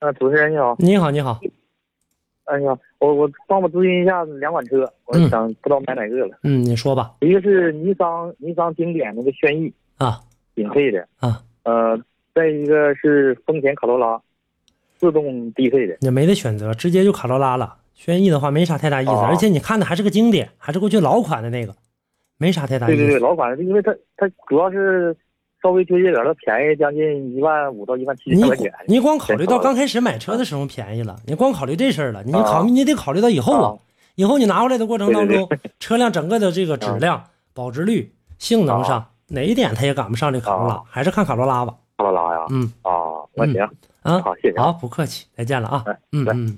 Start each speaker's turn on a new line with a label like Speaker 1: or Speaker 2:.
Speaker 1: 呃，主持人你好，
Speaker 2: 你好，你好，
Speaker 1: 哎呀，我我帮我咨询一下两款车，我
Speaker 2: 嗯
Speaker 1: 想不知道买哪个了。
Speaker 2: 嗯，你说吧。
Speaker 1: 一个是尼桑尼桑经典那个轩逸
Speaker 2: 啊
Speaker 1: 顶配的，
Speaker 2: 啊，
Speaker 1: 呃，再一个是丰田卡罗拉，自动低配的。
Speaker 2: 你没得选择，直接就卡罗拉了。轩逸的话没啥太大意思，
Speaker 1: 哦
Speaker 2: 而且你看的还是个经典，还是过去老款的那个，没啥太大
Speaker 1: 对
Speaker 2: 意
Speaker 1: 对对，
Speaker 2: 思。
Speaker 1: 老款，因为它它主要是稍微纠结点儿，它便宜将近一万五到一万七千
Speaker 2: 你
Speaker 1: 块钱。
Speaker 2: 你光考
Speaker 1: 太
Speaker 2: 虑
Speaker 1: 少
Speaker 2: 到
Speaker 1: 了
Speaker 2: 刚开始买车的时候便宜了，你光考虑这事儿了，你
Speaker 1: 啊
Speaker 2: 考你得考虑到以后啊
Speaker 1: 啊，
Speaker 2: 以后你拿回来的过程当
Speaker 1: 对对哦
Speaker 2: 中，车辆整个的这个质量、保值率、性能上哪一点它也赶不上这卡罗拉
Speaker 1: 啊，
Speaker 2: 还是看卡罗拉吧。
Speaker 1: 卡罗拉呀，
Speaker 2: 嗯
Speaker 1: 啊，那行，
Speaker 2: 啊，
Speaker 1: 好，谢谢啊
Speaker 2: 好，不客气，再见了啊
Speaker 1: 哎。
Speaker 2: 嗯
Speaker 1: 拜
Speaker 2: 嗯。